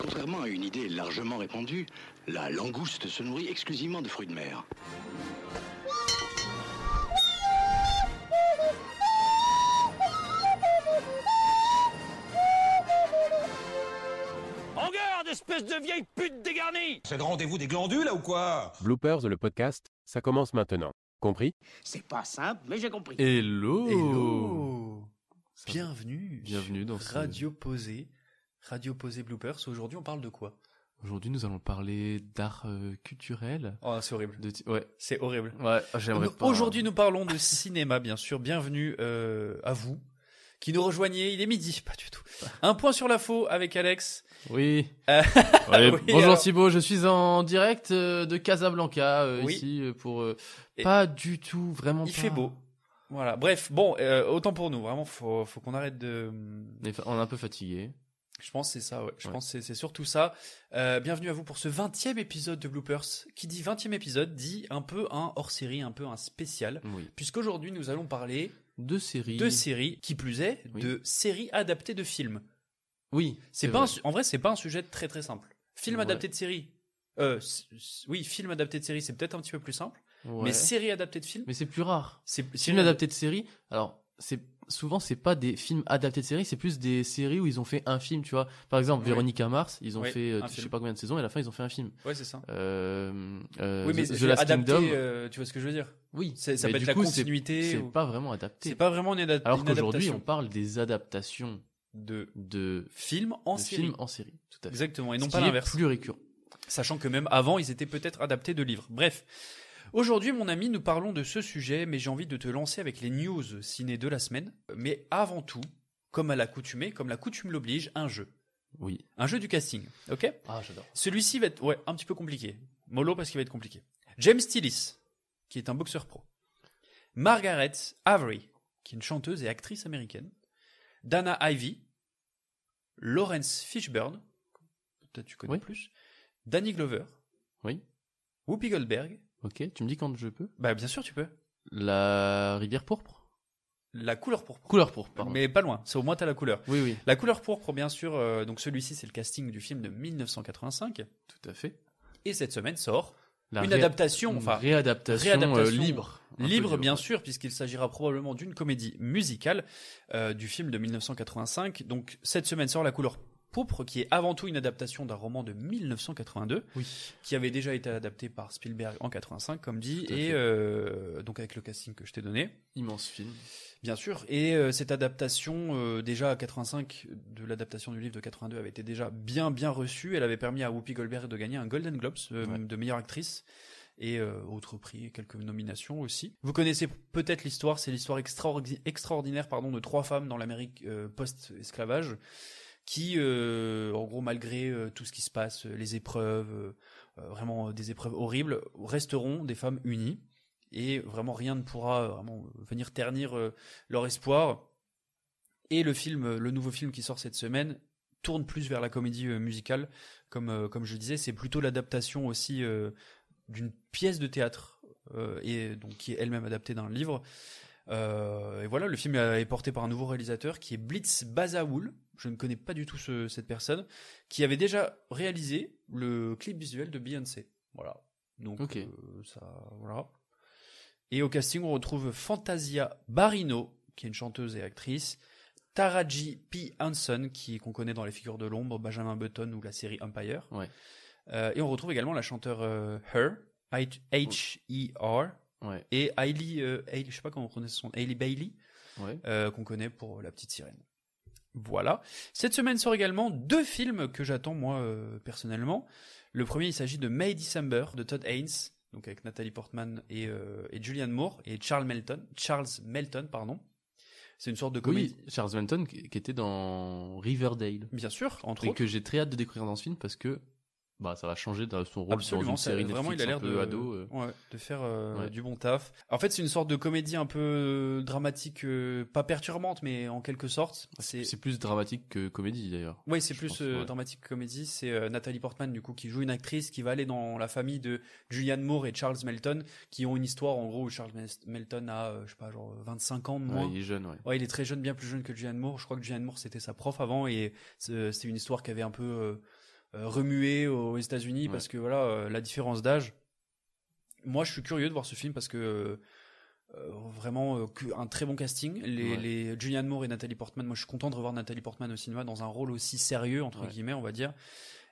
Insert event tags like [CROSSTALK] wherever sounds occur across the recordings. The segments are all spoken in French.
Contrairement à une idée largement répandue, la langouste se nourrit exclusivement de fruits de mer. Regarde, espèce de vieille pute dégarnie C'est le rendez-vous des glandules là ou quoi Bloopers, le podcast, ça commence maintenant. Compris C'est pas simple, mais j'ai compris. Hello. Hello Oh, Ça va oh, Bienvenue Bienvenue sur dans ce- Radio Posé, Radio Posé Bloopers. Aujourd'hui, on parle de quoi Aujourd'hui, nous allons parler d'art euh, culturel. Oh, c'est horrible. De ti- Ouais, C'est horrible. ouais, j'aimerais Nous- pas. Aujourd'hui, nous parlons de cinéma, bien sûr. Bienvenue euh, à vous qui nous rejoignez. Il est midi, [LAUGHS] pas du tout. Un point sur la faux avec Alex. [LAUGHS] Oui. Euh, Ouais, oui, Bonjour alors. Thibaut, je suis en direct euh, de Casablanca euh, Oui. ici euh, pour euh, Et- pas du tout, vraiment Il pas. fait beau. Voilà. Bref, bon, euh, autant pour nous. Vraiment, faut, faut qu'on arrête de. Mais fa- on est un peu fatigué. Je pense que c'est ça, ouais. Je Ouais. pense que c'est- c'est surtout ça. Euh, bienvenue à vous pour ce 20e épisode de Bloopers. Qui dit 20e épisode dit un peu un hors-série, un peu un spécial. Oui. Puisqu'aujourd'hui, nous allons parler Deux séries. de séries, qui plus est, Oui. de séries adaptées de films. Oui. C'est pas un vrai. su- en vrai, c'est pas un sujet très très simple. Film Ouais. adapté de série. Euh, s- s- oui, film adapté de série, c'est peut-être un petit peu plus simple. Ouais. Mais série adaptée de film, Mais c'est plus rare. c'est c'est- Film adapté de série. Alors, c'est souvent c'est pas des films adaptés de séries, c'est plus des séries où ils ont fait un film, tu vois. Par exemple, Ouais. Véronica Mars, ils ont Ouais, fait euh, un je film. sais pas combien de saisons et à la fin ils ont fait un film. Ouais, c'est ça. Euh, euh, oui, mais The, The c'est Last adapté, Kingdom. euh, tu vois ce que je veux dire oui, c'est- ça mais peut être du la coup, c'est- continuité C'est ou- pas vraiment adapté. C'est pas vraiment une, adap- Alors une qu'aujourd'hui, adaptation on parle des adaptations de de, film en de série. films en série. Tout à fait. Exactement, et Ce non qui pas est l'inverse. Plus récurrent. Sachant que même avant, ils étaient peut-être adaptés de livres. Bref. Aujourd'hui, mon ami, nous parlons de ce sujet, mais j'ai envie de te lancer avec les news ciné de la semaine. Mais avant tout, comme à l'accoutumée, comme la coutume l'oblige, un jeu. Oui. Un jeu du casting, ok Ah, j'adore. Celui-ci va être ouais, un petit peu compliqué. Mollo parce qu'il va être compliqué. James Tillis, qui est un boxeur pro. Margaret Avery, qui est une chanteuse et actrice américaine. Dana Ivy. Lawrence Fishburne, peut-être tu connais Oui. plus. Danny Glover. Oui. Whoopi Goldberg. Ok, tu me dis quand je peux. Bah bien sûr tu peux. La rivière pourpre. La couleur pourpre. Couleur pourpre, pardon. Mais pas loin, c'est au moins t'as la couleur. Oui, oui, La couleur pourpre, bien sûr, euh, donc celui-ci c'est le casting du film de 1985. tout à fait. Et cette semaine sort La une réa- adaptation, une enfin réadaptation, réadaptation euh, libre. Un peu Libre, libre, bien ouais. sûr, puisqu'il s'agira probablement d'une comédie musicale euh, du film de 1985. Donc, cette semaine sort La couleur pourpre, qui est avant tout une adaptation d'un roman de 1982, Oui. qui avait déjà été adapté par Spielberg en 85, comme dit, Tout à et fait. euh, donc avec le casting que je t'ai donné. Immense film. Bien sûr, et euh, cette adaptation, euh, déjà à 85, de l'adaptation du livre de 82, avait été déjà bien bien reçue. Elle avait permis à Whoopi Goldberg de gagner un Golden Globes euh, Ouais. de meilleure actrice et euh, autres prix, et quelques nominations aussi. Vous connaissez peut-être l'histoire, c'est l'histoire extraordi- extraordinaire pardon, de trois femmes dans l'Amérique euh, post-esclavage qui, euh, en gros, malgré euh, tout ce qui se passe, euh, les épreuves, euh, euh, vraiment euh, des épreuves horribles, resteront des femmes unies. Et vraiment, rien ne pourra euh, vraiment euh, venir ternir euh, leur espoir. Et le film, euh, le nouveau film qui sort cette semaine, tourne plus vers la comédie euh, musicale. Comme, euh, comme je le disais, c'est plutôt l'adaptation aussi euh, d'une pièce de théâtre, euh, et donc qui est elle-même adaptée d'un livre. Euh, et voilà, le film euh, est porté par un nouveau réalisateur qui est Blitz Bazaoul. Je ne connais pas du tout ce- cette personne, qui avait déjà réalisé le clip visuel de Beyoncé. Voilà. Donc, Ok. euh, ça, voilà. Et au casting, on retrouve Fantasia Barino, qui est une chanteuse et actrice, Taraji P. Hanson, qui qu'on connaît dans Les Figures de l'ombre, Benjamin Button ou la série Empire. Ouais. Euh, et on retrouve également la chanteuse euh, Her, H- E H-E-R, Ouais, et Hailey, euh, Hailey- je sais pas comment on prononce son, Hailey Bailey, ouais. euh, qu'on connaît pour La Petite Sirène. Voilà. Cette semaine sort également deux films que j'attends moi euh, personnellement. Le premier, il s'agit de May December de Todd Haynes, donc avec Nathalie Portman et, euh, et Julianne Moore et Charles Melton. Charles Melton, pardon. C'est une sorte de comédie. Oui, Charles Manson qui qui était dans Riverdale. Bien sûr, entre Et autres. que j'ai très hâte de découvrir dans ce film parce que bah, ça va changer de son rôle dans Absolument, une ça- série vraiment, Netflix il a l'air un peu de, ado. euh. ouais, de faire euh, Ouais. du bon taf. En fait, c'est une sorte de comédie un peu dramatique, euh, pas perturbante, mais en quelque sorte. C'est C'est plus dramatique que comédie d'ailleurs. Oui, c'est Je plus pense, euh, ouais. dramatique comédie. C'est euh, Nathalie Portman, du coup, qui joue une actrice qui va aller dans la famille de Julianne Moore et Charles Melton, qui ont une histoire, en gros, où Charles Mel- Melton a, euh, je sais pas, genre 25 ans de Ouais, moins. il est jeune, ouais. Ouais, il est très jeune, bien plus jeune que Julianne Moore. Je crois que Julianne Moore, c'était sa prof avant, et c'est c'est une histoire qui avait un peu euh, euh, remué aux États-Unis, Ouais. parce que voilà, euh, la différence d'âge. Moi, je suis curieux de voir ce film parce que euh, vraiment euh, que- un très bon casting. Les, Ouais. les Julianne Moore et Nathalie Portman. Moi, je suis content de revoir Nathalie Portman au cinéma dans un rôle aussi sérieux entre Ouais. guillemets, on va dire.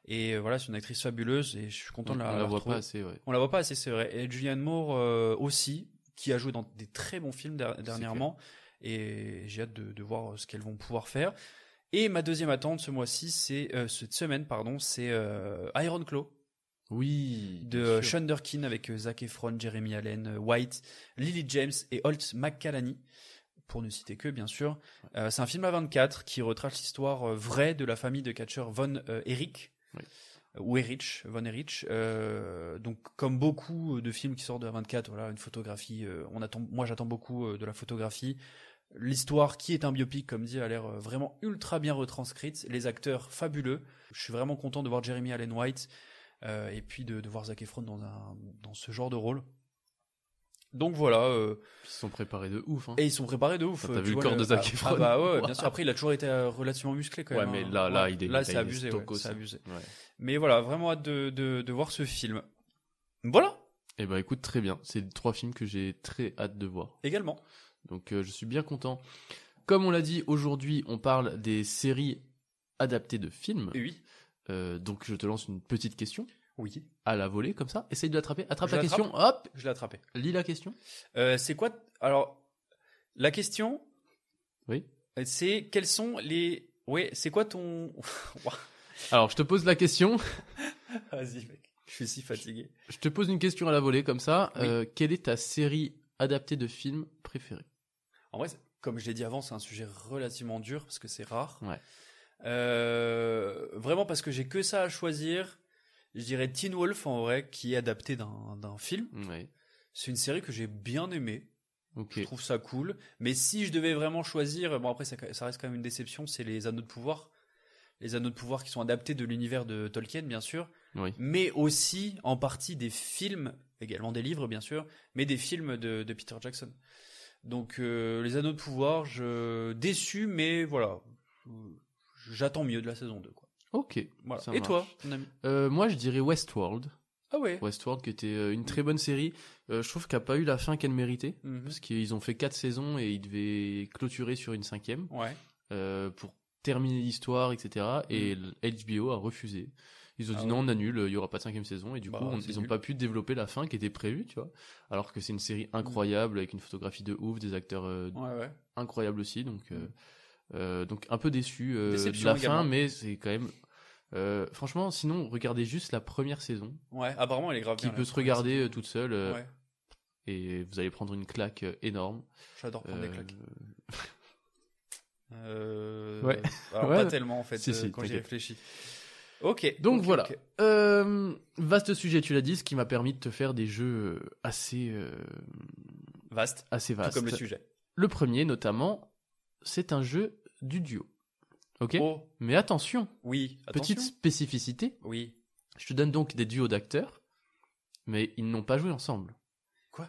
Et euh, voilà, c'est une actrice fabuleuse et je suis content On de la, la la voit retrouver. pas assez, ouais. On la voit pas assez, c'est vrai. Et Julianne Moore euh, aussi, qui a joué dans des très bons films der- dernièrement. Et j'ai hâte de, de voir euh, ce qu'elles vont pouvoir faire. Et ma deuxième attente ce mois-ci, c'est euh, cette semaine, pardon, c'est euh, Iron Claw Oui. de bien euh, sûr. Sean Durkin avec euh, Zac Efron, Jeremy Allen, euh, White, Lily James et Holt McCallany, pour ne citer que bien sûr. Euh, c'est un film à 24 qui retrace l'histoire euh, vraie de la famille de catcheurs Von euh, Erich. Oui. euh, Ou Erich, Von Erich. Euh, donc, comme beaucoup euh, de films qui sortent de la 24, voilà, une photographie. euh, on attend, moi, j'attends beaucoup euh, de la photographie. L'histoire, qui est un biopic, comme dit, a l'air euh, vraiment ultra bien retranscrite. Les acteurs fabuleux. Je suis vraiment content de voir Jeremy Allen White euh, et puis de, de voir Zac Efron dans, un, dans ce genre de rôle. Donc voilà, euh, Ils se sont préparés de ouf. Hein. et ils sont préparés de ouf. T'as euh, vu tu le vois, corps de Zac ah- Efron Ah bah ouais, bien Wow. sûr. Après, il a toujours été euh, relativement musclé quand Ouais, même. mais hein. là, là, il est. là, il c'est est hein. abusé. ouais, stocos. c'est abusé. Ouais. Mais voilà, vraiment hâte de, de, de voir ce film. Voilà, Eh ben, écoute, très bien. C'est trois films que j'ai très hâte de voir. également. Donc euh, je suis bien content. Comme on l'a dit, aujourd'hui on parle des séries adaptées de films. Et oui. Euh, donc je te lance une petite question Oui, à la volée comme ça. Essaye de l'attraper. Attrape Je la l'attrape question. Hop, je l'ai attrapé. lis la question. Euh, c'est quoi t- Alors, la question. Oui. euh, C'est quels sont les. Ouais, c'est quoi ton. [LAUGHS] Ouah, Alors je te pose la question. [LAUGHS] Vas-y, mec. Je suis si fatigué. Je te pose une question à la volée comme ça. Oui. Euh, quelle est ta série adaptée de film préférée En vrai, c'est- comme je l'ai dit avant, c'est un sujet relativement dur parce que c'est rare. Ouais. Euh, vraiment parce que j'ai que ça à choisir. Je dirais Teen Wolf en vrai, qui est adapté d'un d'un film. Ouais. C'est une série que j'ai bien aimée. Ok. Je trouve ça cool. Mais si je devais vraiment choisir, bon après ça, ça reste quand même une déception, c'est les Anneaux de pouvoir. Les Anneaux de pouvoir qui sont adaptés de l'univers de Tolkien, bien sûr. Oui. Mais aussi en partie des films, également des livres, bien sûr, mais des films de, de Peter Jackson. Donc euh, les Anneaux de pouvoir, je déçu, mais voilà, j'attends mieux de la saison 2. Quoi. Ok. Voilà. Ça Et toi, marche. mon ami Euh, moi je dirais Westworld. Ah ouais. Westworld qui était euh, une très bonne série. Euh, je trouve qu'elle n'a pas eu la fin qu'elle méritait. Mhm. Parce qu'ils ont fait quatre saisons et ils devaient clôturer sur une cinquième Ouais. euh, pour terminer l'histoire, etc. Et l- HBO a refusé. Ils ont Mm. Ah dit ouais. non, on annule, il n'y aura pas de cinquième saison. Et du Bah, coup, on- c'est ils n'ont nul. pas pu développer la fin qui était prévue, tu vois. Alors que c'est une série incroyable avec une photographie de ouf, des acteurs euh, Mm. Ouais, ouais. incroyables aussi. Donc, euh, Mhm. euh, donc un peu déçu euh, de Déception la également. fin, mais c'est quand même. euh, franchement, sinon, regardez juste la première saison Ouais, apparemment elle est grave qui bien, peut la se première regarder euh, saison. toute seule euh, Ouais, et vous allez prendre une claque euh, énorme. j'adore prendre des Euh, claques. Euh, Ouais. [LAUGHS] alors, Ouais. Pas tellement en fait Si, euh, si, quand j'y t'inquiète. réfléchis. Ok. Donc ok, voilà. ok. Euh, vaste sujet, tu l'as dit, ce qui m'a permis de te faire des jeux euh, assez euh, Vaste. assez Tout vastes. comme le sujet. Le premier, notamment, c'est un jeu du duo. Ok. Oh Mais attention, oui. petite attention. spécificité. Oui. Je te donne donc des duos d'acteurs, mais ils n'ont pas joué ensemble. Quoi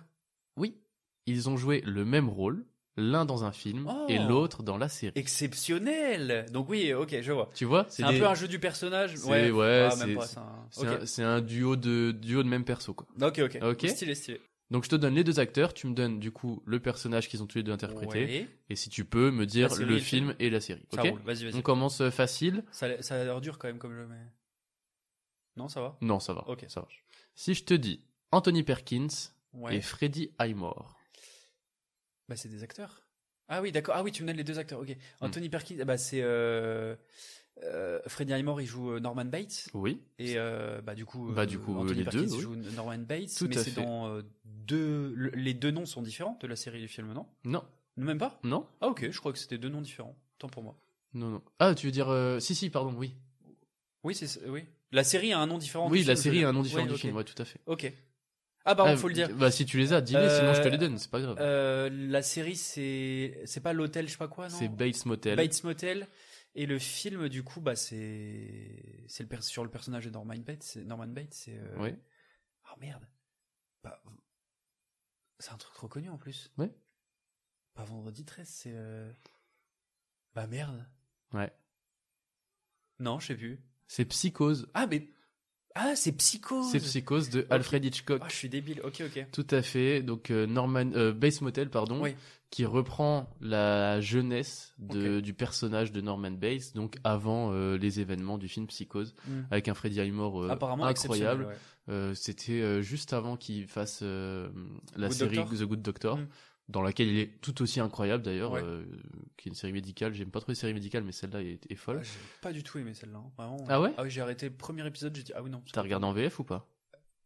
Oui, ils ont joué le même rôle, l'un dans un film Oh. et l'autre dans la série. Exceptionnel. Donc oui. Ok, je vois. Tu vois, C'est un des- peu un jeu du personnage. c'est- Ouais. ouais, ah, même c'est- pas, c'est un- C'est ok. un- c'est un, duo de duo de même perso quoi. Ok, ok. Ok. Stylé, stylé. Donc je te donne les deux acteurs, tu me donnes du coup le personnage qu'ils ont tous les deux interprété, et si tu peux me dire La série et le le film film. et la série. Ça ok roule, vas-y, vas-y. On commence euh, facile. Ça, ça a l'air dur quand même comme jeu, mais. Non, ça va Non, ça va. Ok. ça va. Si je te dis Anthony Perkins Ouais. et Freddie Highmore. Bah, c'est des acteurs. Ah oui, d'accord. Ah oui, tu me donnes les deux acteurs. Ok. Hmm. Anthony Perkins, ah bah, c'est. euh, euh, Freddie Highmore, il joue euh, Norman Bates. Oui. Et euh, bah, du coup, Bah, euh, du coup, euh, Anthony les Perkins deux, oui. joue Norman Bates. Tout mais à c'est fait. dans euh, deux. le- les deux noms sont différents de la série et du film, non Non, Même pas non, Ah, ok, je crois que c'était deux noms différents. Tant pour moi. non, non. Ah, tu veux dire euh, si, si, pardon, oui. Oui, c'est ça, oui. La série a un nom différent. Oui, du la film, série je- a un nom différent Ouais, du ok. film, ouais, tout à fait. Ok. Ah, pardon, Ah, faut le dire. Bah, si tu les as, dis-les, sinon je te les Euh, donne, c'est pas grave. Euh, la série, c'est c'est pas l'hôtel, je sais pas quoi, non c'est Bates Motel. Bates Motel. Et le film, du coup, bah c'est c'est le pers- sur le personnage de Norman Bates. c'est- Norman Bates, c'est. euh, Ouais. Oh merde. Bah, v- c'est un truc reconnu en plus. Ouais. Pas vendredi 13, c'est. euh, Bah merde. Ouais. Non, je sais plus. C'est Psychose. Ah mais ah c'est Psycho. C'est Psychose de Alfred Hitchcock. Ah je suis débile. Ok ok. Tout à fait. Donc euh, Norman euh, Bates Motel, pardon, Oui. qui reprend la jeunesse de- du personnage de Norman Bates, donc avant euh, les événements du film Psychose, Mm. avec un Freddy Highmore euh, Apparemment incroyable. exceptionnel, ouais. Euh, C'était euh, juste avant qu'il fasse euh, la Good série Doctor. The Good Doctor. Mm. Dans laquelle il est tout aussi incroyable d'ailleurs, Ouais. euh, qui est une série médicale. J'aime pas trop les séries médicales, mais celle-là est, est folle. Ah, j'ai pas du tout aimé celle-là. hein. Vraiment. Ah ouais Ah oui, j'ai arrêté le premier épisode, j'ai dit ah oui non. T'as regardé en VF ou pas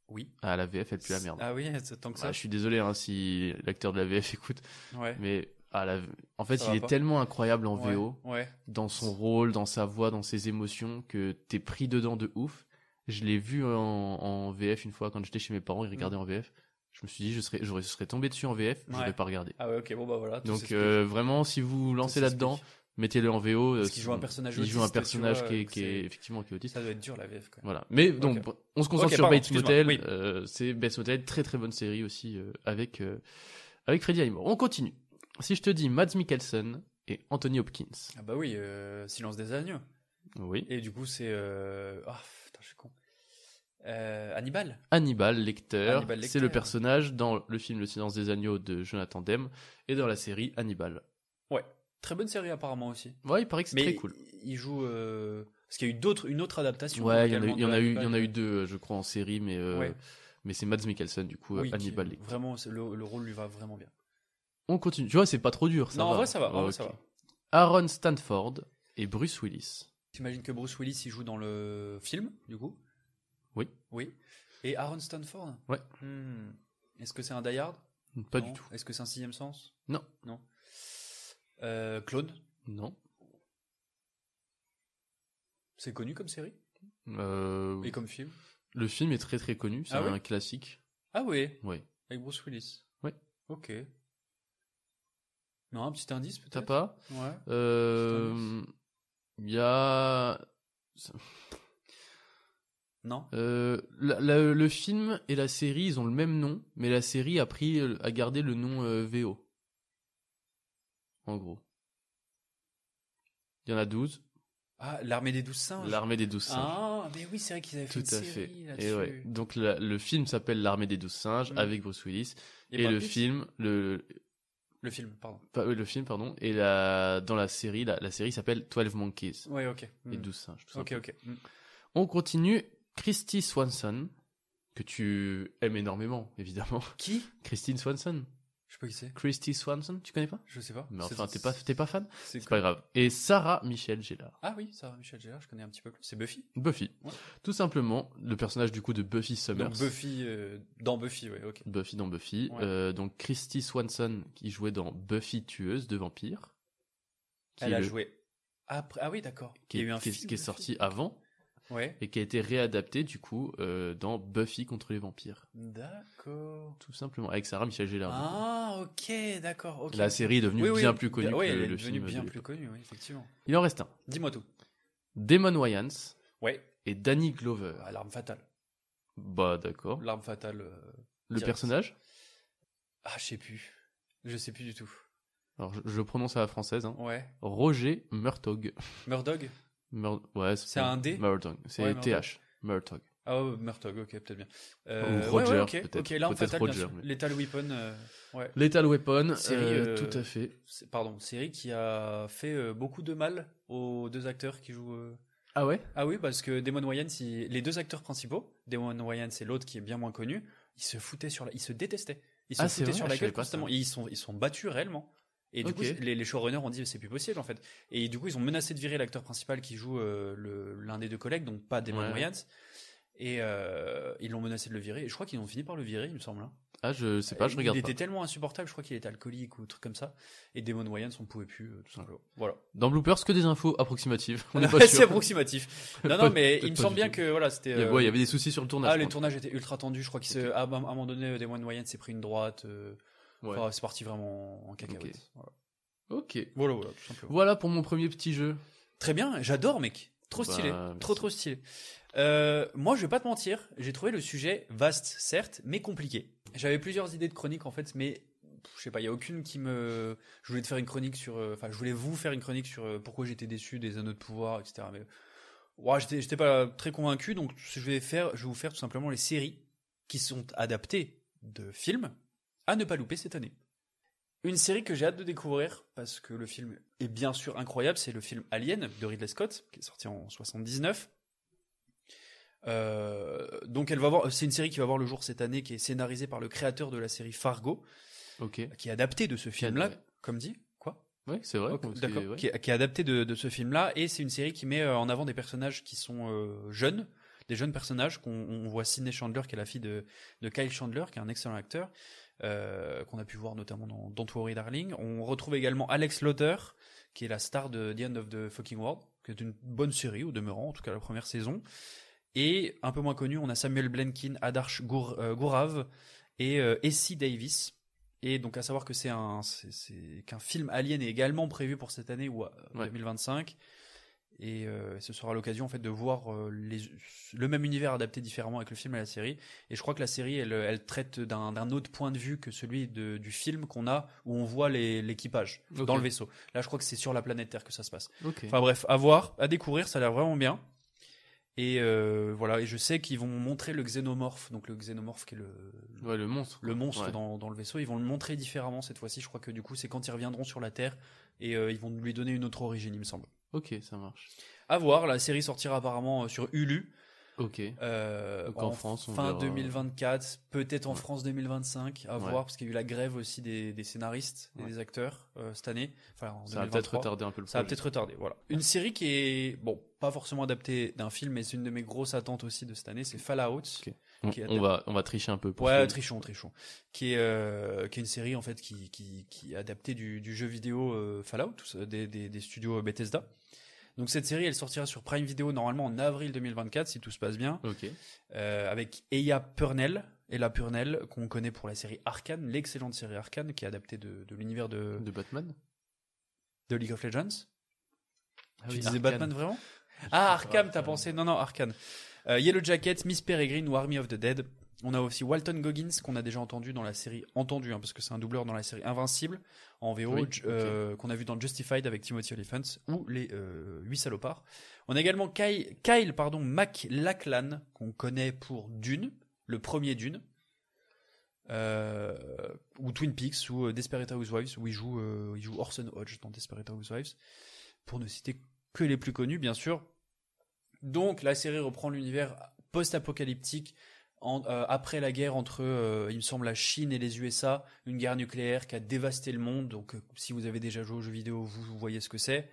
Oui. Ah, la VF, elle pue la merde. Ah oui, c'est tant que ça. Ah, je suis désolé hein, si l'acteur de la VF [LAUGHS] écoute, Ouais. mais ah, la- en fait, Ça il va est pas. tellement incroyable en Ouais, VO, Ouais. dans son rôle, dans sa voix, dans ses émotions, que t'es pris dedans de ouf. Je l'ai vu en, en VF une fois quand j'étais chez mes parents, ils Mm. regardaient en VF. Je me suis dit, je serais, j'aurais, je serais tombé dessus en VF, je Ouais. j'aurais pas regardé. Ah ouais, ok, bon bah voilà. tout Donc s'explique. euh, vraiment, si vous lancez Tout là-dedans, s'explique. mettez-le en VO. Parce euh, qu'il joue un personnage il joue un autiste, tu personnage vois, qui est, donc qui est- c'est- effectivement qui est autiste. Ça doit être dur la VF quand même. Voilà. Mais donc, Ok. bon, on se concentre Ok, sur pardon, Bates Motel. excuse-moi, oui. Euh, c'est Bates Motel, très très bonne série aussi euh, avec euh, avec Freddie Highmore. On continue. Si je te dis Mads Mikkelsen et Anthony Hopkins. Ah bah oui, euh, Silence des agneaux. Oui. Et du coup c'est euh... ah putain je suis con. Euh, Hannibal. Hannibal Lecter, Hannibal Lecter. c'est le personnage dans le film Le silence des agneaux de Jonathan Demme et dans la série Hannibal. Très bonne série apparemment aussi. Ouais, il paraît que c'est Mais très cool. il- Il joue euh... parce qu'il y a eu d'autres, une autre adaptation. Ouais, il y en a eu, également il y en de a eu, il y Hannibal. en a eu deux, euh, je crois, en série, mais euh, Ouais. mais c'est Mads Mikkelsen du coup, euh, Oui, qui- Hannibal Lecter. Vraiment, c'est- le, le rôle lui va vraiment bien. On continue. Tu vois, c'est pas trop dur. Ça non, en va. Ah, vrai ça va, en vrai, Ok. ça va. Aaron Stanford et Bruce Willis. J'imagine que Bruce Willis il joue dans le film, du coup. Oui. Oui. Et Aaron Stanford. Ouais. Hmm. Est-ce que c'est un Die Hard Pas Non. du tout. Est-ce que c'est un sixième sens Non. Non. Euh, Claude, Non. c'est connu comme série Euh, et comme film. Le film est très très connu, c'est Ah un ouais classique. Ah oui, Ouais. avec Bruce Willis. Ouais. Ok. Non, un petit indice T'as peut-être. pas Ouais. Euh, Il y a Non. euh, la- la- le film et la série, ils ont le même nom, mais la série a pris a gardé le nom euh, VO. En gros. Il y en a 12. Ah, l'armée des douze singes. L'armée des douze singes. Ah, mais oui, c'est vrai qu'ils avaient fait Tout une à fait. série Et là-dessus. ouais. Donc la- le film s'appelle L'armée des douze singes Mm. avec Bruce Willis Il y a et Brad le Pitt film le Le film, pardon. Pas- euh, le film, pardon. Et la, dans la série, la, la série s'appelle 12 Monkeys. Ouais, ok. Les Hmm. 12 singes, tout Ok, simplement. ok. Hmm. On continue. Christy Swanson, que tu aimes énormément, évidemment. [LAUGHS] Qui Christine Swanson. Je sais pas qui c'est. Christy Swanson, tu connais pas Je sais pas. Mais C'est- enfin, t'es pas, t'es pas fan c'est C'est pas grave. Et Sarah Michelle Gellar. Ah oui, Sarah Michel Gellar, je connais un petit peu plus. C'est Buffy. Buffy. Ouais. Tout simplement, le personnage du coup de Buffy Summers. Donc Buffy euh, dans Buffy, ouais, ok. Buffy dans Buffy. Ouais. Euh, donc Christy Swanson, qui jouait dans Buffy tueuse de vampires. qui Elle est a le- joué après. Ah oui, d'accord. Qui, Il y a eu un qui est- film qui est Buffy. sorti avant. Ouais. et qui a été réadapté du coup euh, dans Buffy contre les vampires, D'accord. tout simplement avec Sarah Michel Gellar. du coup. Ah ok, d'accord. ok. La série est devenue Oui, oui, bien plus connue Oui, que elle est le devenue film. bien de- plus connue, oui, effectivement. Il en reste un. Dis-moi tout. Damon Wayans Ouais. et Danny Glover. Ah, L'arme fatale. Bah d'accord. L'arme fatale. euh, Le direct. personnage Ah, je sais plus. Je sais plus du tout. Alors je, je prononce à la française. hein. Ouais. Roger Murtaugh. Murdog. Mur- Ouais, C'est un D Murtaugh. C'est Ouais, TH. Murtaugh. Ah ouais, Murtaugh, ok, peut-être bien. Euh, Ou ouais, Roger, ouais, ok, peut-être. ok, là, en Peut-être Fatal, Roger, bien sûr. mais- Lethal Weapon, euh, ouais. Lethal Weapon, Série, euh, euh, tout à fait. C'est- Pardon, série qui a fait euh, beaucoup de mal aux deux acteurs qui jouent. euh, Ah ouais Ah oui, parce que Damon Wayans, il- les deux acteurs principaux, Damon Wayans et l'autre qui est bien moins connu, ils se foutaient sur la, ils se détestaient. Ils se Ah, c'est foutaient vrai, sur je la savais gueule pas constamment. ça. Et ils sont, ils sont battus réellement. Et du Ok. coup, les, les showrunners ont dit c'est plus possible en fait. Et du coup, ils ont menacé de virer l'acteur principal qui joue euh, le- l'un des deux collègues, donc pas Damon Ouais. Wayans. Et euh, ils l'ont menacé de le virer. Et je crois qu'ils ont fini par le virer, il me semble. hein. Ah, je sais pas, je Il regarde était pas. tellement insupportable, je crois qu'il était alcoolique ou un truc comme ça. Et Damon Wayans, on pouvait plus, euh, tout simplement. Voilà. Dans Bloopers, que des infos approximatives. [LAUGHS] [LAUGHS] On n'est pas C'est sûr. [LAUGHS] approximatif. Pas- Non, non, mais peut-être il me pas semble du bien tout. que voilà, c'était. Il y a- euh, ouais, il y avait des soucis sur le tournage. ah, je le crois. tournage était ultra tendu. Je crois qu'il se, Ok. à, à un moment donné, Damon Wayans s'est pris une droite. euh, Ouais. enfin, c'est parti vraiment en cacahuète. Ok. Voilà. Ok. voilà, voilà, tout simplement. Voilà pour mon premier petit jeu. Très bien, j'adore, mec. Trop Bah, stylé, merci. trop trop stylé. Euh, moi, je vais pas te mentir, j'ai trouvé le sujet vaste, certes, mais compliqué. J'avais plusieurs idées de chroniques en fait, mais pff, je sais pas, il y a aucune qui me. Je voulais te faire une chronique sur, euh, enfin, je voulais vous faire une chronique sur euh, pourquoi j'étais déçu des anneaux de pouvoir, etc. Mais ouais, j'étais, j'étais pas très convaincu, donc ce que je vais faire, je vais vous faire tout simplement les séries qui sont adaptées de films à ne pas louper cette année. Une série que j'ai hâte de découvrir parce que le film est bien sûr incroyable, c'est le film Alien de Ridley Scott qui est sorti en 79. Euh, donc elle va voir, c'est une série qui va voir le jour cette année, qui est scénarisée par le créateur de la série Fargo, Ok. qui est adaptée de ce film-là, ouais. comme dit. Quoi Ouais, c'est vrai. Ok, parce que- D'accord. ouais. Qui, est- qui est adaptée de, de ce film-là, et c'est une série qui met euh, en avant des personnages qui sont euh, jeunes, des jeunes personnages qu'on on voit Sidney Chandler, qui est la fille de, de Kyle Chandler, qui est un excellent acteur, euh, qu'on a pu voir notamment dans Don't Worry Darling. On retrouve également Alex Lauder, qui est la star de The End of the Fucking World, qui est une bonne série au demeurant, en tout cas la première saison. Et un peu moins connu, on a Samuel Blenkin, Adarsh Gour- euh, Gourav et euh, Essie Davis. Et donc à savoir que c'est un, c'est- c'est qu'un film Alien est également prévu pour cette année ou euh, Ouais. 2025. Et euh, ce sera l'occasion en fait de voir euh, les- le même univers adapté différemment avec le film et la série. Et je crois que la série, elle, elle traite d'un d'un autre point de vue que celui de- du film qu'on a, où on voit les- l'équipage Ok. dans le vaisseau. Là, je crois que c'est sur la planète Terre que ça se passe. Ok. Enfin bref, à voir, à découvrir, ça a l'air vraiment bien. Et euh, voilà, et je sais qu'ils vont montrer le xénomorphe, donc le xénomorphe qui est le, Ouais, le monstre. le monstre Ouais. dans, dans le vaisseau, ils vont le montrer différemment cette fois-ci. Je crois que du coup, c'est quand ils reviendront sur la Terre et euh, ils vont lui donner une autre origine, il me semble. Ok, ça marche. À voir, la série sortira apparemment euh, sur Hulu. Ok. euh, Donc en France, on fin verra. 2024, peut-être en Ouais. France 2025, à Ouais. voir, parce qu'il y a eu la grève aussi des, des scénaristes et Ouais. des acteurs euh, cette année. Enfin, en Ça va peut-être 2023. retarder un peu le Ça va projet. peut-être retarder, voilà. Une série qui est, bon, pas forcément adaptée d'un film, mais c'est une de mes grosses attentes aussi de cette année, c'est Fallout. On, qui est on va, on va tricher un peu. pour Ouais, que- Trichon, Trichon. Qui est, euh, qui est une série en fait qui, qui, qui est adaptée du, du jeu vidéo euh, Fallout, tout ça, des, des, des studios euh, Bethesda. Donc cette série, elle sortira sur Prime Video normalement en avril 2024, si tout se passe bien, Ok. euh, avec Eya Purnell, Ella Purnell, qu'on connaît pour la série Arkane, l'excellente série Arkane, qui est adaptée de, de l'univers de, De Batman. de League of Legends. Ah tu oui, disais Arkane. Batman vraiment Ah, Arkham, t'as Arkham. pensé Non, non, Arkham. Euh, Yellow Jacket, Miss Peregrine ou Army of the Dead. On a aussi Walton Goggins qu'on a déjà entendu dans la série entendu hein, parce que c'est un doubleur dans la série Invincible en VO Oui, ju- euh, qu'on a vu dans Justified avec Timothy Olyphant ou les euh, huit salopards. On a également Kyle, Kyle pardon MacLachlan qu'on connaît pour Dune, le premier Dune. Euh, ou Twin Peaks ou euh, Desperate Housewives où il joue, euh, il joue Orson Hodge dans Desperate Housewives pour ne citer que les plus connus bien sûr donc la série reprend l'univers post-apocalyptique en- euh, après la guerre entre, euh, il me semble, la Chine et les USA, une guerre nucléaire qui a dévasté le monde. Donc euh, si vous avez déjà joué aux jeux vidéo, vous, vous voyez ce que c'est.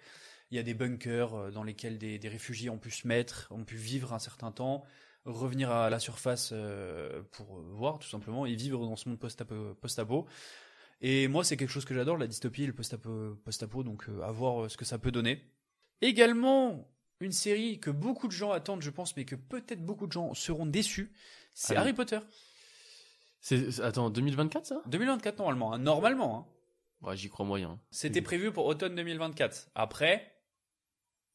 Il y a des bunkers euh, dans lesquels des, des réfugiés ont pu se mettre, ont pu vivre un certain temps, revenir à la surface euh, pour euh, voir tout simplement et vivre dans ce monde post-apo. post-apo. Et moi, c'est quelque chose que j'adore, la dystopie et le post-apo, post-apo, donc euh, à voir euh, ce que ça peut donner. Également, une série que beaucoup de gens attendent, je pense, mais que peut-être beaucoup de gens seront déçus, c'est Allez. Harry Potter. C'est- c'est- Attends, 2024 ça 2024 normalement, hein. normalement. hein. Ouais, j'y crois moyen. C'était prévu pour automne 2024. Après,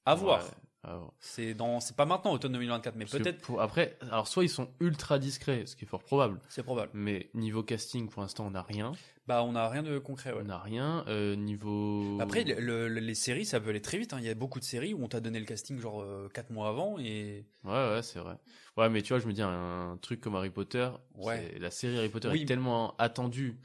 à voir. Ouais, Alors, C'est dans, c'est pas maintenant, automne 2024, mais parce que peut-être, pour- après, alors soit ils sont ultra discrets, ce qui est fort probable, c'est probable. mais niveau casting, pour l'instant, on n'a rien. Bah, on n'a rien de concret, ouais. On n'a rien. euh, niveau. Après, le- le- les séries, ça peut aller très vite. hein. Il y a beaucoup de séries où on t'a donné le casting genre 4 mois avant et. Ouais, ouais, c'est vrai. Ouais, mais tu vois, je me dis, un truc comme Harry Potter, Ouais. c'est- la série Harry Potter Oui. est tellement attendue,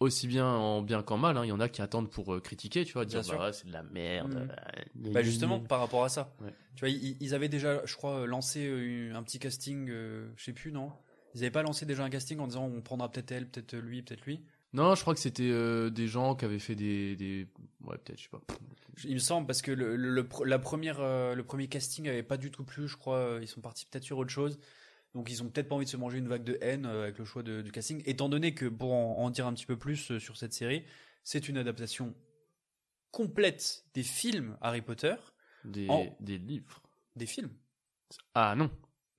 aussi bien en bien qu'en mal. hein. Il y en a qui attendent pour euh, critiquer, tu vois, Bien dire, sûr. bah, ouais, c'est de la merde. Mhm. euh, Bah, justement, par rapport à ça. Ouais. Tu vois, ils, ils avaient déjà, je crois, lancé euh, un petit casting, euh, je sais plus, non Ils n'avaient pas lancé déjà un casting en disant on prendra peut-être elle, peut-être lui, peut-être lui. Non, je crois que c'était euh, des gens qui avaient fait des. des... Ouais, peut-être, je sais pas. Il me semble parce que le, le- le pr- la première, euh, le premier casting avait pas du tout plu, je crois. euh, Ils sont partis peut-être sur autre chose. Donc ils ont peut-être pas envie de se manger une vague de haine euh, avec le choix de- du casting. Étant donné que pour en, en dire un petit peu plus euh, sur cette série, c'est une adaptation complète des films Harry Potter, Des, En- des livres. des films. Ah non.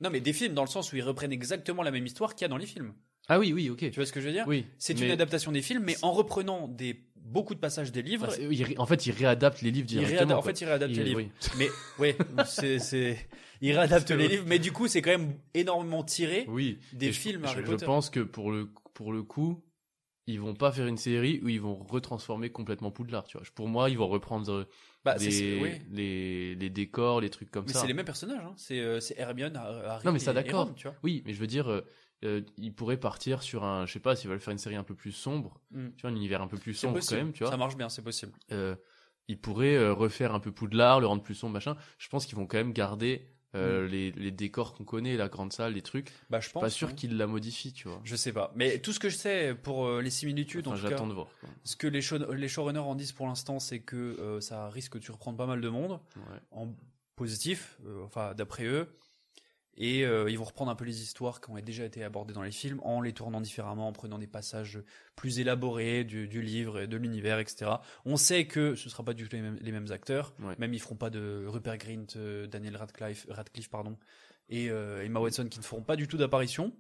Non mais des films dans le sens où ils reprennent exactement la même histoire qu'il y a dans les films. Ah oui, oui, ok. Tu vois ce que je veux dire oui. C'est mais- une adaptation des films, mais en reprenant des beaucoup de passages des livres. Bah, c'est- ils ré- en fait, ils réadaptent les livres ils réada- directement. en quoi. fait, ils réadaptent les livres. oui. Mais [LAUGHS] ouais, c'est c'est il réadapte C'est les vrai. livres, mais du coup c'est quand même énormément tiré. Oui. Des Et je- films je, Harry je Potter. pense que pour le, pour le coup, ils vont pas faire une série où ils vont retransformer complètement Poudlard, tu vois. Je- Pour moi, ils vont reprendre euh, Bah, c'est- c'est- les, ouais. les, les décors, les trucs comme Mais ça. c'est les mêmes personnages, hein. c'est euh, c'est Hermione, Harry. Non, mais ça, et- et d'accord. Ron, tu vois. Oui, mais je veux dire, euh, euh, ils pourraient partir sur un, je sais pas, s'ils veulent faire une série un peu plus sombre, Mm. tu vois, un univers un peu plus C'est sombre possible. quand même, tu vois. Ça marche bien, c'est possible. euh, ils pourraient euh, refaire un peu Poudlard, le rendre plus sombre, machin. Je pense qu'ils vont quand même garder euh, les, les décors qu'on connaît, la grande salle, les trucs. Bah Mm. je pense. pas sûr ouais. qu'ils la modifient, tu vois. Je sais pas, mais tout ce que je sais pour euh, les similitudes, Enfin, en tout cas, j'attends de voir. quoi. ce que les, show- les showrunners en disent pour l'instant, c'est que euh, ça risque de surprendre pas mal de monde Ouais. en positif, euh, enfin d'après eux, et euh, ils vont reprendre un peu les histoires qui ont déjà été abordées dans les films en les tournant différemment, en prenant des passages plus élaborés du, du livre et de l'univers, etc. On sait que ce sera pas du tout les mêmes, les mêmes acteurs, Ouais. même ils feront pas de Rupert Grint, euh, Daniel Radcliffe, Radcliffe pardon, et euh, Emma Watson qui ne feront pas du tout d'apparition.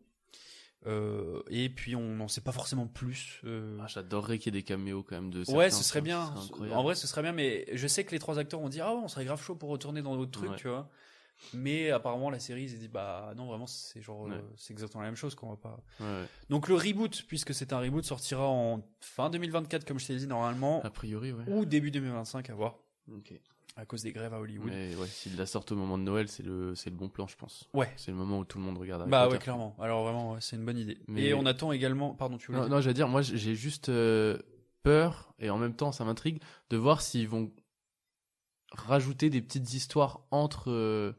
Euh, et puis on n'en sait pas forcément plus. euh, Ah, J'adorerais qu'il y ait des caméos quand même de. ouais, certains, ce serait ça, bien. serait incroyable. En vrai, ce serait bien, mais je sais que les trois acteurs ont dit Ah ouais, on serait grave chaud pour retourner dans d'autres trucs, Ouais. tu vois. Mais apparemment, la série, ils ont dit Bah non, vraiment, c'est genre, euh, Ouais. c'est exactement la même chose qu'on va pas. Ouais, ouais. Donc le reboot, puisque c'est un reboot, sortira en fin 2024, comme je t'ai dit, normalement, A priori, ouais. ou début 2025, à voir, Ok. à cause des grèves à Hollywood. Mais ouais, s'ils la sortent au moment de Noël, c'est le, c'est le bon plan, je pense. Ouais. C'est le moment où tout le monde regarde. Harry Bah Potter. ouais, clairement. Alors vraiment, ouais, c'est une bonne idée. euh, hein. Mais- Et on attend également. Pardon, tu voulais. Non, dire non j'allais dire, moi, j'ai- j'ai juste euh, peur et en même temps, ça m'intrigue de voir s'ils vont rajouter des petites histoires entre. euh,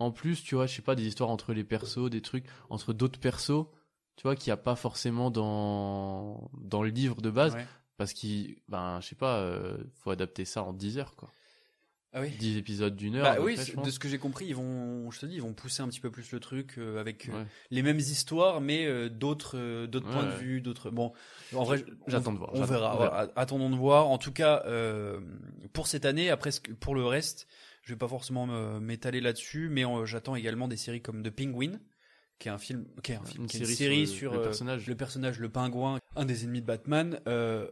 en plus, tu vois, je sais pas, des histoires entre les persos, des trucs entre d'autres persos, tu vois, qu'il n'y a pas forcément dans dans le livre de base, Ouais. parce qu'il, ben, je sais pas, euh, faut adapter ça en 10 heures, quoi. Ah oui. 10 épisodes d'une heure. à Bah peu oui, près, c'est- je de pense. ce que j'ai compris, ils vont, je te dis, ils vont pousser un petit peu plus le truc euh, avec euh, Ouais. les mêmes histoires, mais euh, d'autres euh, d'autres Ouais, points de ouais. vue, d'autres. Bon, en vrai, on- J'attends de voir, On j'attends- verra. on verra. ouais, Attendons de voir. En tout cas, euh, pour cette année, après ce que- pour le reste, je vais pas forcément me- m'étaler là-dessus, mais euh, j'attends également des séries comme The Penguin, qui est un film, qui est un film, Une qui est une série série sur sur, le- le euh, personnage. le personnage, le pingouin, un des ennemis de Batman. euh,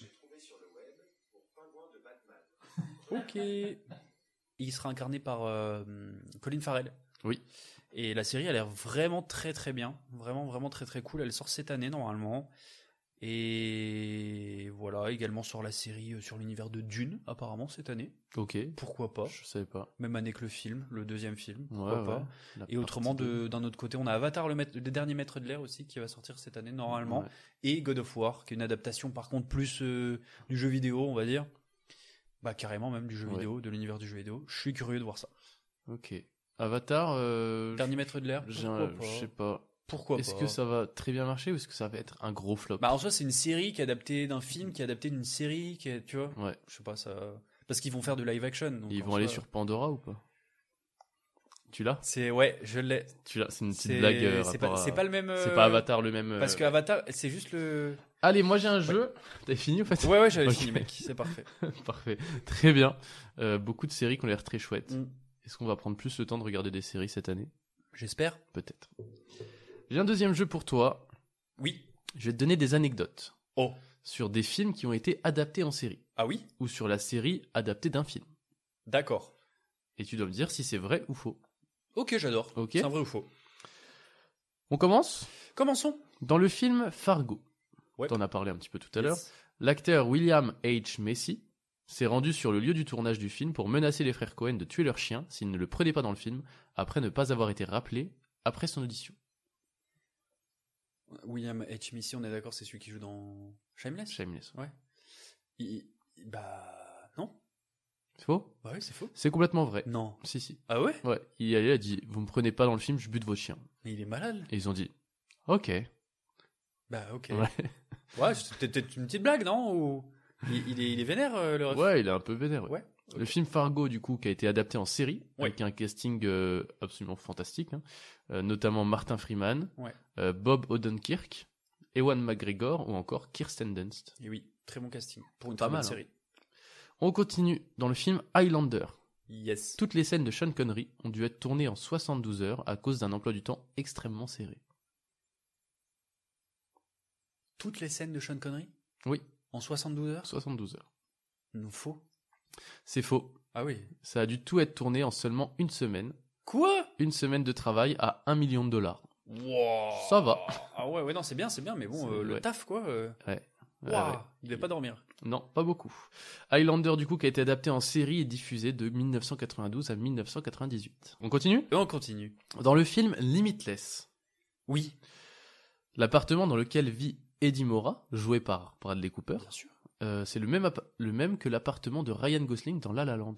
[LAUGHS] Ok. Il sera incarné par euh, Colin Farrell. Oui. Et la série a l'air vraiment très très bien, vraiment vraiment très très cool. Elle sort cette année normalement. Et voilà, également sort la série euh, sur l'univers de Dune apparemment cette année. Ok. Pourquoi pas Je savais pas. Même année que le film, le deuxième film, Ouais, pourquoi pas ouais. La Et autrement, partie deux. de- d'un autre côté, on a Avatar, le, maître- le dernier maître de l'air aussi, qui va sortir cette année normalement, Ouais. et God of War, qui est une adaptation par contre plus euh, du jeu vidéo, on va dire. Bah carrément même du jeu Ouais. vidéo, de l'univers du jeu vidéo. Je suis curieux de voir ça. Ok. Avatar. euh, Dernier maître de l'air. J'ai Pourquoi un- pas Je sais pas. Pourquoi Est-ce pas que ça va très bien marcher ou est-ce que ça va être un gros flop Bah en soi, c'est une série qui est adaptée d'un film, qui est adaptée d'une série, qui est, tu vois. Ouais. Je sais pas ça. Parce qu'ils vont faire de live action. donc Et ils en vont soi- aller sur Pandora ou pas Tu l'as C'est ouais, je l'ai. Tu l'as C'est une petite C'est- blague. euh, C'est rapport pas, à- c'est pas le même. C'est euh, pas Avatar le même. euh, Parce que Avatar, c'est juste le. Allez, moi j'ai un jeu. [LAUGHS] T'as fini en fait Ouais ouais, j'avais Ok. fini mec, c'est parfait. [LAUGHS] Parfait. Très bien. Euh, beaucoup de séries qui ont l'air très chouettes. Mm. Est-ce qu'on va prendre plus le temps de regarder des séries cette année J'espère. Peut-être. J'ai un deuxième jeu pour toi. Oui. Je vais te donner des anecdotes Oh. sur des films qui ont été adaptés en série Ah oui. ou sur la série adaptée d'un film. D'accord. et tu dois me dire si c'est vrai ou faux. Ok, j'adore. Ok. C'est un vrai ou faux On commence Commençons. dans le film Fargo. Ouais. T'en as parlé un petit peu tout à l'heure. Yes. L'acteur William H. Macy s'est rendu sur le lieu du tournage du film pour menacer les frères Cohen de tuer leur chien s'ils ne le prenaient pas dans le film après ne pas avoir été rappelé après son audition. William H. Macy, on est d'accord, c'est celui qui joue dans Shameless Shameless. Ouais. Il- il- Bah. Non C'est faux Bah oui, c'est faux. C'est complètement vrai. Non. Si, si. Ah ouais Ouais, il y allait, il a dit Vous me prenez pas dans le film, je bute vos chiens. Mais il est malade. Et ils ont dit Ok. Bah Ouais. ok. [LAUGHS] Ouais, c'est peut-être- peut-être une petite blague, non Ou- il, il est, il est vénère, euh, le ref. Ouais, il est un peu vénère. ouais. Ouais, Le film Fargo, du coup, qui a été adapté en série, Ouais. avec un casting euh, absolument fantastique, hein. Euh, notamment Martin Freeman, Ouais. euh, Bob Odenkirk, Ewan McGregor ou encore Kirsten Dunst. Et oui, très bon casting. Pour une Pas très bonne mal, hein. série. On continue dans le film Highlander. Yes. Toutes les scènes de Sean Connery ont dû être tournées en 72 heures à cause d'un emploi du temps extrêmement serré. Toutes les scènes de Sean Connery Oui. En 72 heures 72 heures. Non, faux. C'est faux. Ah oui. Ça a dû tout être tourné en seulement une semaine. Quoi Une semaine de travail à 1 million de dollars. Wow. Ça va. Ah ouais, ouais, non, c'est bien, c'est bien, mais bon, C'est- euh, le ouais. taf, quoi. euh, Ouais, waouh, ouais. Il devait pas dormir. Non, pas beaucoup. Highlander, du coup, qui a été adapté en série et diffusé de 1992 à 1998. On continue Et on continue. Dans le film Limitless, Oui, l'appartement dans lequel vit Eddie Mora, joué par Bradley Cooper, bien sûr. euh, c'est le même, app- le même que l'appartement de Ryan Gosling dans La La Land.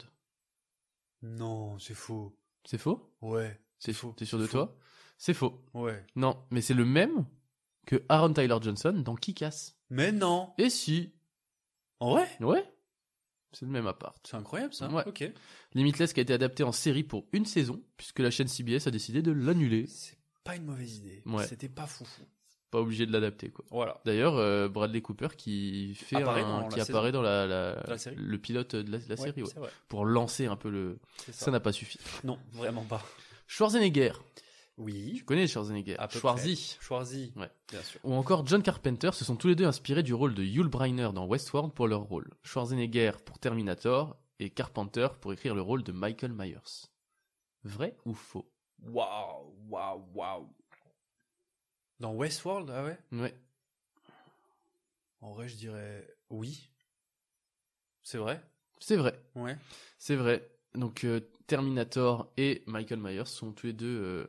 Non, c'est faux. C'est faux Ouais, C'est faux, T'es sûr c'est de toi C'est faux. ouais. Non, mais c'est le même que Aaron Tyler Johnson dans Kick-Ass. Mais non. Et si En vrai Ouais C'est le même appart. C'est incroyable, ça. Ouais. Ok. Limitless qui a été adapté en série pour une saison, puisque la chaîne CBS a décidé de l'annuler. C'est pas une mauvaise idée. Ouais. C'était pas foufou. Pas obligé de l'adapter, quoi. Voilà. D'ailleurs, euh, Bradley Cooper qui fait Apparaît un- dans qui la apparaît dans la, la- Dans la série. le pilote de la, de la Ouais, série, ouais, c'est vrai. pour lancer un peu le. C'est Ça n'a pas suffi. Non, vraiment pas. Schwarzenegger, Oui. tu connais Schwarzenegger, à peu Schwarzy, près. Schwarzy. Ouais. Bien sûr. ou encore John Carpenter se sont tous les deux inspirés du rôle de Yul Brynner dans Westworld pour leur rôle. Schwarzenegger pour Terminator et Carpenter pour écrire le rôle de Michael Myers. Vrai ou faux Waouh, waouh, waouh. Dans Westworld, ah ouais Ouais. En vrai, je dirais oui. C'est vrai C'est vrai. Ouais. C'est vrai. Donc euh, Terminator et Michael Myers sont tous les deux euh,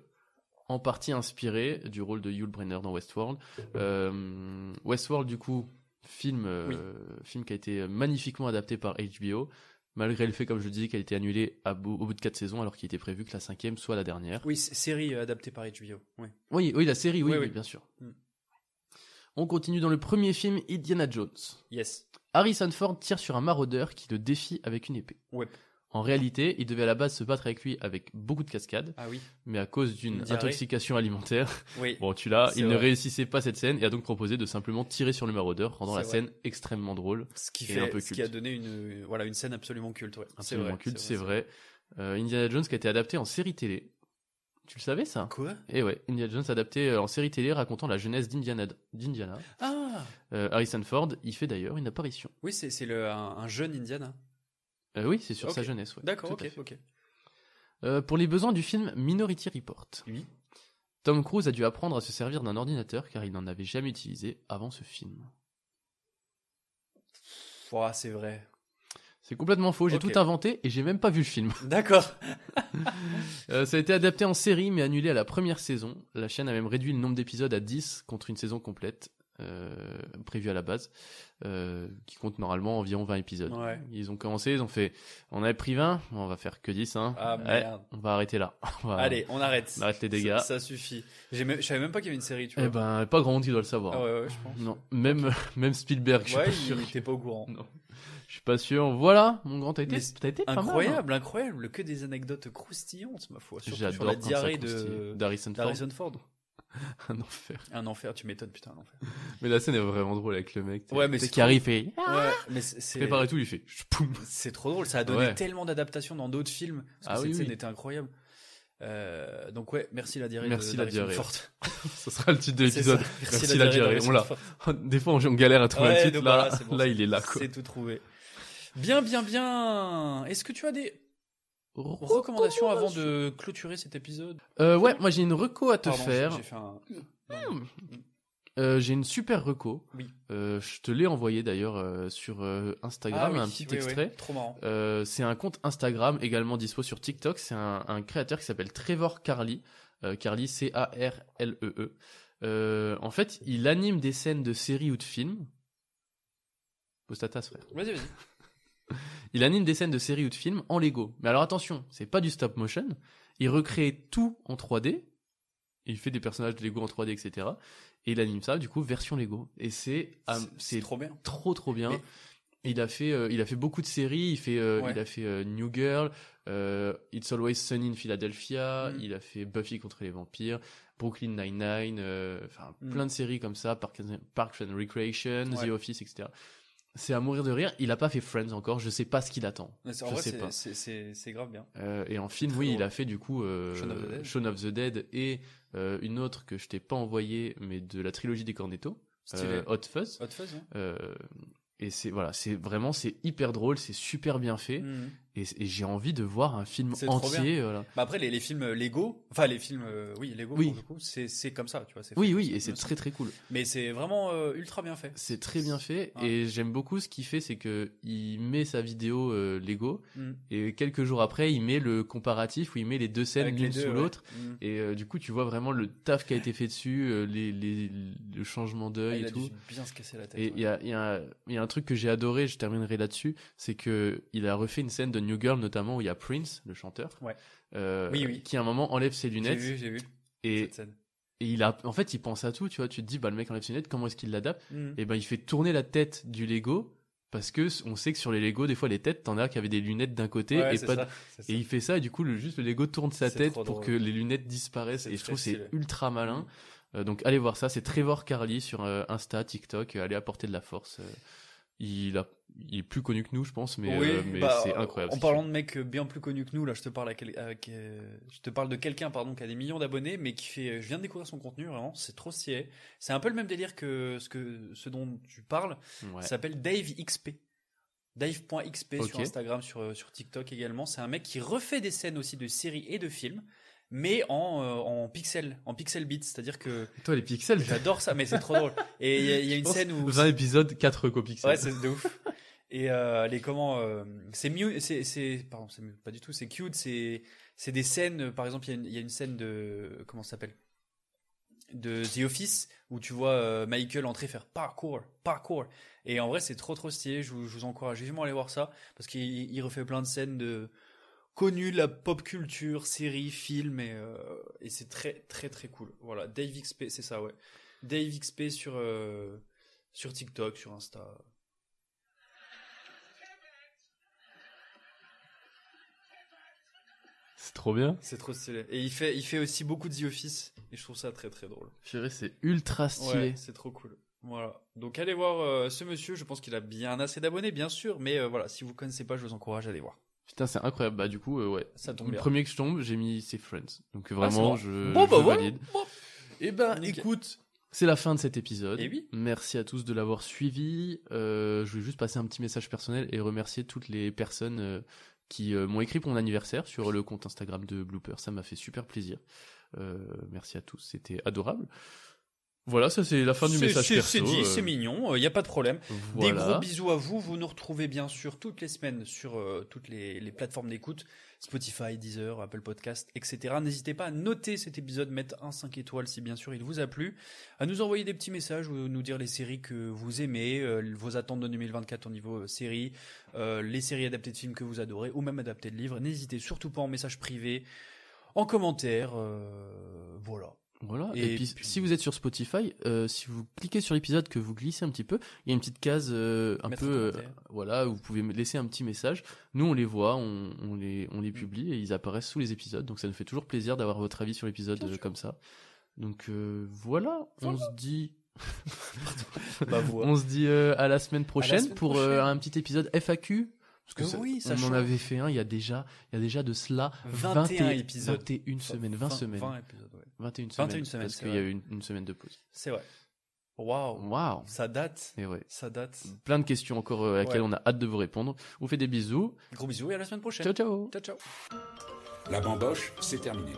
en partie inspirés du rôle de Yul Brynner dans Westworld. Euh, Westworld du coup, film euh, Oui. film qui a été euh, magnifiquement adapté par HBO. Malgré le fait, comme je le disais, qu'elle a été annulée à bout- au bout de quatre saisons, alors qu'il était prévu que la cinquième soit la dernière. Oui, c- série euh, adaptée par HBO. Ouais. Oui, oui, la série, oui, Oui, oui, oui. bien sûr. Hmm. On continue dans le premier film, Indiana Jones. Yes. Harrison Ford tire sur un maraudeur qui le défie avec une épée. Ouais. En réalité, il devait à la base se battre avec lui avec beaucoup de cascades, Ah oui. mais à cause d'une Une diarrhée. intoxication [LAUGHS] alimentaire, Oui. bon tu l'as, C'est il ne vrai. réussissait pas cette scène et a donc proposé de simplement tirer sur le maraudeur, rendant C'est la vrai. scène extrêmement drôle, Ce qui Et fait, un peu ce qui a culte. donné une, euh, voilà, une scène absolument culte. Ouais. C'est absolument vrai, culte, c'est vrai. Euh, Indiana Jones qui a été adapté en série télé. Tu le savais ça Quoi Eh ouais, Indiana Jones adapté euh, en série télé racontant la jeunesse d'Indiana. d'Indiana. Ah Euh, Harrison Ford y fait d'ailleurs une apparition. Oui, c'est c'est le un, un jeune Indiana. Euh, oui, c'est sur Ok. sa jeunesse. ouais, D'accord, tout à ok, fait. ok. Euh, pour les besoins du film Minority Report, Oui. Tom Cruise a dû apprendre à se servir d'un ordinateur car il n'en avait jamais utilisé avant ce film. Ouah, c'est vrai. C'est complètement faux, j'ai Ok. tout inventé et j'ai même pas vu le [LAUGHS] film. D'accord. Euh, ça a été adapté en série mais annulé à la première saison. La chaîne a même réduit le nombre d'épisodes à 10 contre une saison complète euh, prévue à la base, euh, qui compte normalement environ 20 épisodes. Ouais. Ils ont commencé, ils ont fait on avait pris 20, on va faire que 10 hein. Ah, Ouais, merde. on va arrêter là. [LAUGHS] On va- Allez, on arrête. on arrête les dégâts. Ça, ça suffit. J'ai même- Je savais même pas qu'il y avait une série, tu vois. Eh ben, pas grand monde qui doit le savoir. Ah ouais, ouais, je pense. Non, même, [LAUGHS] même Spielberg, je suis Ouais, pas il- sûr. il était pas au courant. Non. Je suis pas sûr. Voilà, mon grand, t'as été, Mais t'as été pas mal, hein. Incroyable, incroyable. Que des anecdotes croustillantes, ma foi. Surtout sur J'adore la quand ça diarrhée croustille. de d'Harrison Ford. d'Harrison Ford. [LAUGHS] Un enfer. Un enfer, tu m'étonnes, putain, un enfer. Mais la scène est vraiment drôle avec le mec. t'sais. Ouais, mais T'sais, c'est qui arrive et Ouais, mais c'est- c'est- préparé tout, il fait. Poum. [LAUGHS] c'est trop drôle. Ça a donné Ouais. tellement d'adaptations dans d'autres films. Parce que Ah cette oui, scène oui. était incroyable. Euh, donc ouais, merci la diarrhée. Merci de- la d'Harrison diarrhée. Ford. Ça sera le titre [LAUGHS] de C'est ça. l'épisode. Merci la diarrhée. d'Harrison On l'a. Ford. [LAUGHS] Des fois, on, on galère à trouver Ouais, le titre. donc Là, voilà, c'est bon, là, c'est- il est là. Quoi. C'est tout trouvé. Bien, bien, bien. Est-ce que tu as des Recommandation avant de clôturer cet épisode. Euh, ouais, moi j'ai une reco à te Pardon, faire. Mmh. J'ai fait un. Ah Euh, j'ai une super reco. Oui. Euh, je te l'ai envoyé d'ailleurs euh, sur euh, Instagram, Ah oui, un petit oui, oui, extrait. Trop marrant. Euh, c'est un compte Instagram également dispo sur TikTok. C'est un, un créateur qui s'appelle Trevor Carly. Euh, Carly, C-A-R-L-E-E. E Euh, en fait, il anime des scènes de séries ou de films. Postata, frère. Vas-y, vas-y. Il anime des scènes de séries ou de films en Lego. Mais alors attention, c'est pas du stop motion. Il recrée tout en 3D. Il fait des personnages de Lego en 3D, etc. Et il anime ça, du coup, version Lego. Et c'est ah, C'est trop bien. trop trop bien. Mais- Il a fait euh, il a fait beaucoup de séries, il fait euh, Ouais. il a fait euh, New Girl, euh, It's Always Sunny in Philadelphia, Mm. il a fait Buffy contre les vampires, Brooklyn Nine-Nine, euh, enfin Mm. plein de séries comme ça, Parks and, Parks and Recreation, Ouais. The Office etc. C'est à mourir de rire, il a pas fait Friends encore, je sais pas ce qu'il attend. Mais c'est- je en vrai, sais c'est- pas. c'est- c'est c'est grave bien. Euh, et en film, Très oui, drôle. il a fait du coup euh, Shaun of the Dead. Shaun of the Dead et euh, une autre que je t'ai pas envoyée, mais de la trilogie des Cornetto, Stylé. Euh, Hot Fuzz. Hot Fuzz, hein Euh, et c'est voilà, c'est vraiment c'est hyper drôle, c'est super bien fait, Mhm. et, et j'ai envie de voir un film C'est trop entier. voilà. Bah après, les, les films Lego, enfin les films, euh, oui, Lego, Oui. pour le coup, c'est c'est comme ça, tu vois. c'est fait Oui, comme oui, ça, et me c'est semble. très très cool. Mais c'est vraiment euh, ultra bien fait. C'est très bien fait, Ouais. et j'aime beaucoup ce qu'il fait, c'est que il met sa vidéo euh, Lego, Mhm. et quelques jours après, il met le comparatif où il met les deux scènes Avec les l'une deux, sous ouais. l'autre. Mhm. Et euh, du coup, tu vois vraiment le taf qui a été fait dessus, euh, les, les, le changement Ah, d'œil il et a dû tout. bien se casser la tête. Et ouais. il y a, il y, a, il y a un truc que j'ai adoré, je terminerai là-dessus, c'est que il a refait une scène de New Girl notamment où il y a Prince, le chanteur, Ouais. euh, Oui, oui. qui à un moment enlève ses J'ai lunettes vu, j'ai vu et, cette scène. et il a, en fait, il pense à tout, tu vois, tu te dis bah le mec enlève ses lunettes, comment est-ce qu'il l'adapte Mhm. Et ben il fait tourner la tête du Lego parce que s- on sait que sur les Lego des fois les têtes t'en as qui avaient des lunettes d'un côté Ouais, et c'est pas ça, c'est et ça. il fait ça, et du coup, le, juste le Lego tourne sa C'est tête trop pour drôle. que les lunettes disparaissent. C'est Et je trouve que très c'est stylé. Mm. ultra malin. Euh, donc, allez voir ça. C'est Trevor Carly sur euh, Insta, TikTok. Euh, allez apporter de la force. Euh, il, a, il est plus connu que nous, je pense, mais, Oui, euh, mais bah, c'est incroyable. En parlant de mecs euh, bien plus connus que nous, là, je te parle, à quel- à quel- je te parle de quelqu'un pardon, qui a des millions d'abonnés, mais qui fait. euh, Je viens de découvrir son contenu, vraiment, c'est trop stylé. C'est un peu le même délire que ce, que ce dont tu parles. Ouais. Ça s'appelle Dave XP. Dave.xp sur Ok. Instagram, sur, euh, sur TikTok également. C'est un mec qui refait des scènes aussi de séries et de films, mais en, euh, en pixel, en pixel bit. C'est-à-dire [LAUGHS] que Toi, les pixels, j'adore ça, mais c'est trop drôle. Et il y a- il y, a une je pense, scène où. 20 épisodes, 4 copixels. Ouais, c'est de ouf. Et euh, les comment euh, c'est mieux c'est c'est pardon, c'est mieux, pas du tout, c'est cute, c'est c'est des scènes euh, par exemple, il y a une- il y, a une scène de comment ça s'appelle de The Office où tu vois euh, Michael entrer faire parkour, parkour. Et en vrai, c'est trop trop stylé, je vous, je vous encourage vivement à aller voir ça parce qu'il il refait plein de scènes de connues de la pop culture, séries, films et, euh, et c'est très très très cool. Voilà, Dave XP, c'est ça ouais. Dave XP sur euh, sur TikTok, sur Insta. C'est trop bien. C'est trop stylé. Et il fait, il fait aussi beaucoup de The Office. Et je trouve ça très très drôle. Je dirais, c'est ultra stylé. Ouais, c'est trop cool. Voilà. Donc allez voir euh, ce monsieur. Je pense qu'il a bien assez d'abonnés, bien sûr. Mais euh, voilà, si vous connaissez pas, je vous encourage à aller voir. Putain, c'est incroyable. Bah, du coup, euh, ouais. Ça tombe Le bien. premier que je tombe, j'ai mis c'est Friends. Donc, Ah, c'est vraiment, bon. je, Bon, bah je voilà. valide. Bon. Eh ben, Nickel. écoute, c'est la fin de cet épisode. Eh oui. Merci à tous de l'avoir suivi. Euh, je voulais juste passer un petit message personnel et remercier toutes les personnes euh, qui euh, m'ont écrit pour mon anniversaire sur le compte Instagram de Blooper. Ça m'a fait super plaisir. Euh, merci à tous, c'était adorable. Voilà, ça c'est la fin du C'est- message c'est- perso. C'est dit, euh, c'est mignon. Il n'y a pas de problème. Des voilà. gros bisous à vous. Vous nous retrouvez bien sûr toutes les semaines sur euh, toutes les, les plateformes d'écoute Spotify, Deezer, Apple Podcast, etc. N'hésitez pas à noter cet épisode, mettre un 5 étoiles si bien sûr il vous a plu, à nous envoyer des petits messages ou nous dire les séries que vous aimez, euh, vos attentes de 2024 au niveau euh, séries, euh, les séries adaptées de films que vous adorez ou même adaptées de livres. N'hésitez surtout pas en message privé, en commentaire. euh, voilà. Voilà. Et Et, puis, puis- si vous êtes sur Spotify, euh, si vous cliquez sur l'épisode, que vous glissez un petit peu, il y a une petite case euh, un Mettre peu, un euh, commentaire. voilà, où vous pouvez me laisser un petit message. Nous, on les voit, on, on les, on les Mm. publie et ils apparaissent sous les épisodes. Donc, ça nous fait toujours plaisir d'avoir votre avis sur l'épisode euh, comme ça. Donc euh, voilà, on se dit, Bah, [LAUGHS] voilà. on se dit euh, à la semaine prochaine semaine pour euh, prochaine. un petit épisode FAQ. Parce que Euh, ça- oui, ça on en change. avait fait un il y a déjà, il y a déjà de cela 21 épisodes. 21 semaines, 20 semaines, 20 épisodes, ouais. 21 semaines, 21 semaines, parce c'est qu'il y a vrai. eu une- une semaine de pause. C'est vrai. Waouh, Waouh. ça date, Et ouais. Mm. ça date. Plein de questions encore euh, à laquelle Mm. Ouais. on a hâte de vous répondre. On vous fait des bisous. Gros bisous et à la semaine prochaine. Ciao ciao. Ciao ciao. La bamboche, c'est terminé.